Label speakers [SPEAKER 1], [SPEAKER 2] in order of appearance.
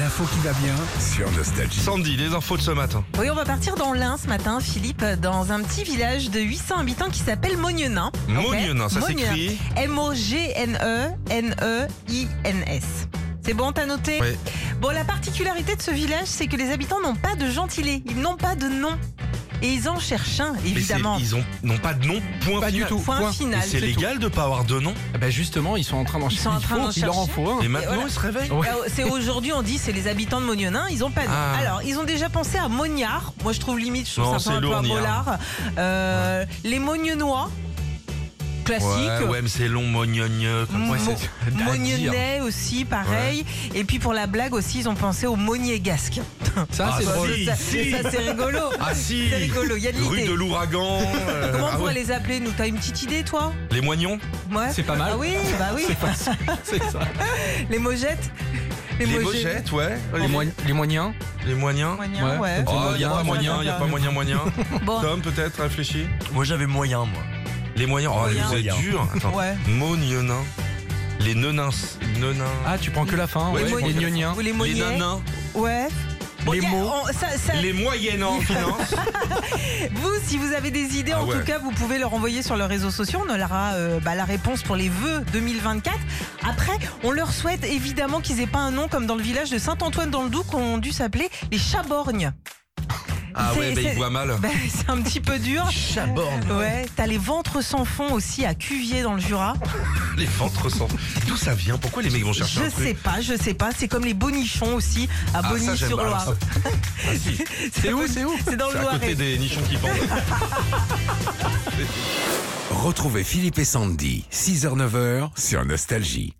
[SPEAKER 1] L'info qui va bien.
[SPEAKER 2] sur Nostalgie.
[SPEAKER 3] Sandy, les infos de ce matin.
[SPEAKER 4] Oui, on va partir dans l'Ain ce matin, Philippe, dans un petit village de 800 habitants qui s'appelle Mognenin. Ok
[SPEAKER 3] Mognenin, hein, ça
[SPEAKER 4] Mognenin.
[SPEAKER 3] s'écrit.
[SPEAKER 4] E M-O-G-N-E-N-E-I-N-S. C'est bon, t'as noté
[SPEAKER 3] Ouais.
[SPEAKER 4] Bon, la particularité de ce village, c'est que les habitants n'ont pas de gentilé, ils n'ont pas de nom. Et ils en cherchent un,
[SPEAKER 3] Mais c'est-
[SPEAKER 4] évidemment.
[SPEAKER 3] ils ont- n'ont pas de nom, point
[SPEAKER 1] Pas du
[SPEAKER 3] final.
[SPEAKER 1] tout.
[SPEAKER 4] Point
[SPEAKER 1] Point.
[SPEAKER 3] Et
[SPEAKER 4] final.
[SPEAKER 3] c'est
[SPEAKER 1] tout.
[SPEAKER 3] légal de pas avoir de nom.
[SPEAKER 1] Eh Ben justement, ils sont en train d'en
[SPEAKER 4] Ils sont en
[SPEAKER 1] chercher.
[SPEAKER 4] train
[SPEAKER 1] Il
[SPEAKER 4] d'en
[SPEAKER 1] faut qu'il leur en
[SPEAKER 4] chercher.
[SPEAKER 1] faut un.
[SPEAKER 3] Et maintenant,
[SPEAKER 4] voilà.
[SPEAKER 3] ils se réveillent.
[SPEAKER 1] Ouais.
[SPEAKER 4] Ah, C'est aujourd'hui, on dit, c'est les habitants de Mognonin, ils ont pas de nom.
[SPEAKER 3] Ah.
[SPEAKER 4] Alors, ils ont déjà pensé à Mognard. Moi, je trouve limite, je trouve
[SPEAKER 3] Non,
[SPEAKER 4] ça fait
[SPEAKER 3] c'est
[SPEAKER 4] un peu
[SPEAKER 3] lourd,
[SPEAKER 4] un
[SPEAKER 3] Niard.
[SPEAKER 4] mollard. Euh, Les Mognenois, classique.
[SPEAKER 3] Ouais, ouais, mais c'est long, mognogne. comme
[SPEAKER 4] Mo-
[SPEAKER 3] ça.
[SPEAKER 1] à hein.
[SPEAKER 4] Mognonnais aussi, pareil. Et puis pour la blague aussi, ils ont pensé au Monégasque.
[SPEAKER 1] Ça, c'est
[SPEAKER 3] Ah,
[SPEAKER 1] drôle.
[SPEAKER 3] si,
[SPEAKER 4] Ça,
[SPEAKER 3] si.
[SPEAKER 4] ça, c'est rigolo.
[SPEAKER 3] Ah si
[SPEAKER 4] C'est rigolo, il y a de
[SPEAKER 3] Rue de
[SPEAKER 4] l'idée.
[SPEAKER 3] l'ouragan. euh,
[SPEAKER 4] Comment on
[SPEAKER 3] ah
[SPEAKER 4] pourrait
[SPEAKER 3] ouais.
[SPEAKER 4] les appeler, nous T'as une petite idée, toi
[SPEAKER 3] Les moignons
[SPEAKER 4] Ouais.
[SPEAKER 1] C'est pas mal.
[SPEAKER 4] Ah oui, bah oui.
[SPEAKER 1] C'est ça.
[SPEAKER 4] Les mogettes
[SPEAKER 3] Les
[SPEAKER 4] mogettes.
[SPEAKER 3] mogettes, ouais.
[SPEAKER 1] Les, moyens. les moyens.
[SPEAKER 3] Les moignons.
[SPEAKER 4] Moignons,
[SPEAKER 1] Ouais.
[SPEAKER 4] ouais.
[SPEAKER 1] Comme
[SPEAKER 3] Oh,
[SPEAKER 1] Moyen,
[SPEAKER 3] y a pas moyen, y a
[SPEAKER 1] Moyen, Moyen.
[SPEAKER 3] pas moyen, moyen.
[SPEAKER 4] Bon,
[SPEAKER 3] Tom, peut-être, réfléchis. Moi, j'avais moyen, moi. Les moyens, oh,
[SPEAKER 4] Moyen.
[SPEAKER 3] vous êtes durs. Attends.
[SPEAKER 4] ouais.
[SPEAKER 3] Mognonin. Les nenins. Nenins.
[SPEAKER 1] Ah, tu prends que la fin.
[SPEAKER 3] Ouais,
[SPEAKER 1] ouais.
[SPEAKER 3] je prends
[SPEAKER 1] les
[SPEAKER 3] que la
[SPEAKER 1] gnogniens.
[SPEAKER 4] Ou les
[SPEAKER 3] les
[SPEAKER 4] monnaies.
[SPEAKER 3] nanins.
[SPEAKER 4] Ouais. Bon,
[SPEAKER 1] Les
[SPEAKER 4] y a-
[SPEAKER 1] mots.
[SPEAKER 4] on- ça- ça-
[SPEAKER 3] Les moyennes en finance.
[SPEAKER 4] Vous, si vous avez des idées,
[SPEAKER 3] Ah
[SPEAKER 4] en
[SPEAKER 3] ouais.
[SPEAKER 4] tout cas, vous pouvez leur envoyer sur leurs réseaux sociaux. On aura euh, bah, la réponse pour les vœux 2024. Après, on leur souhaite évidemment qu'ils aient pas un nom comme dans le village de Saint-Antoine dans le Doubs qu'on dû s'appeler les Chaborgnes.
[SPEAKER 3] Ah
[SPEAKER 4] C'est-
[SPEAKER 3] ouais, bah,
[SPEAKER 4] c'est-
[SPEAKER 3] ils voient mal.
[SPEAKER 4] Bah, c'est un petit peu dur.
[SPEAKER 3] Chaborgne.
[SPEAKER 4] Ouais, t'as les ventres sans fond aussi à Cuvier dans le Jura.
[SPEAKER 3] Les ventres sans. D'où ça vient Pourquoi les mecs vont chercher
[SPEAKER 4] Je
[SPEAKER 3] Oh, un truc
[SPEAKER 4] sais pas, je sais pas. C'est comme les bonichons aussi à
[SPEAKER 3] Ah, ça, j'aime pas.
[SPEAKER 4] Bonny-sur-Loire.
[SPEAKER 3] Ah, si.
[SPEAKER 1] C'est où C'est où
[SPEAKER 4] C'est dans
[SPEAKER 3] C'est
[SPEAKER 4] le
[SPEAKER 3] à
[SPEAKER 4] Loiret.
[SPEAKER 3] côté des nichons qui pendent.
[SPEAKER 2] Retrouvez Philippe et Sandy, 6h-9h sur Nostalgie.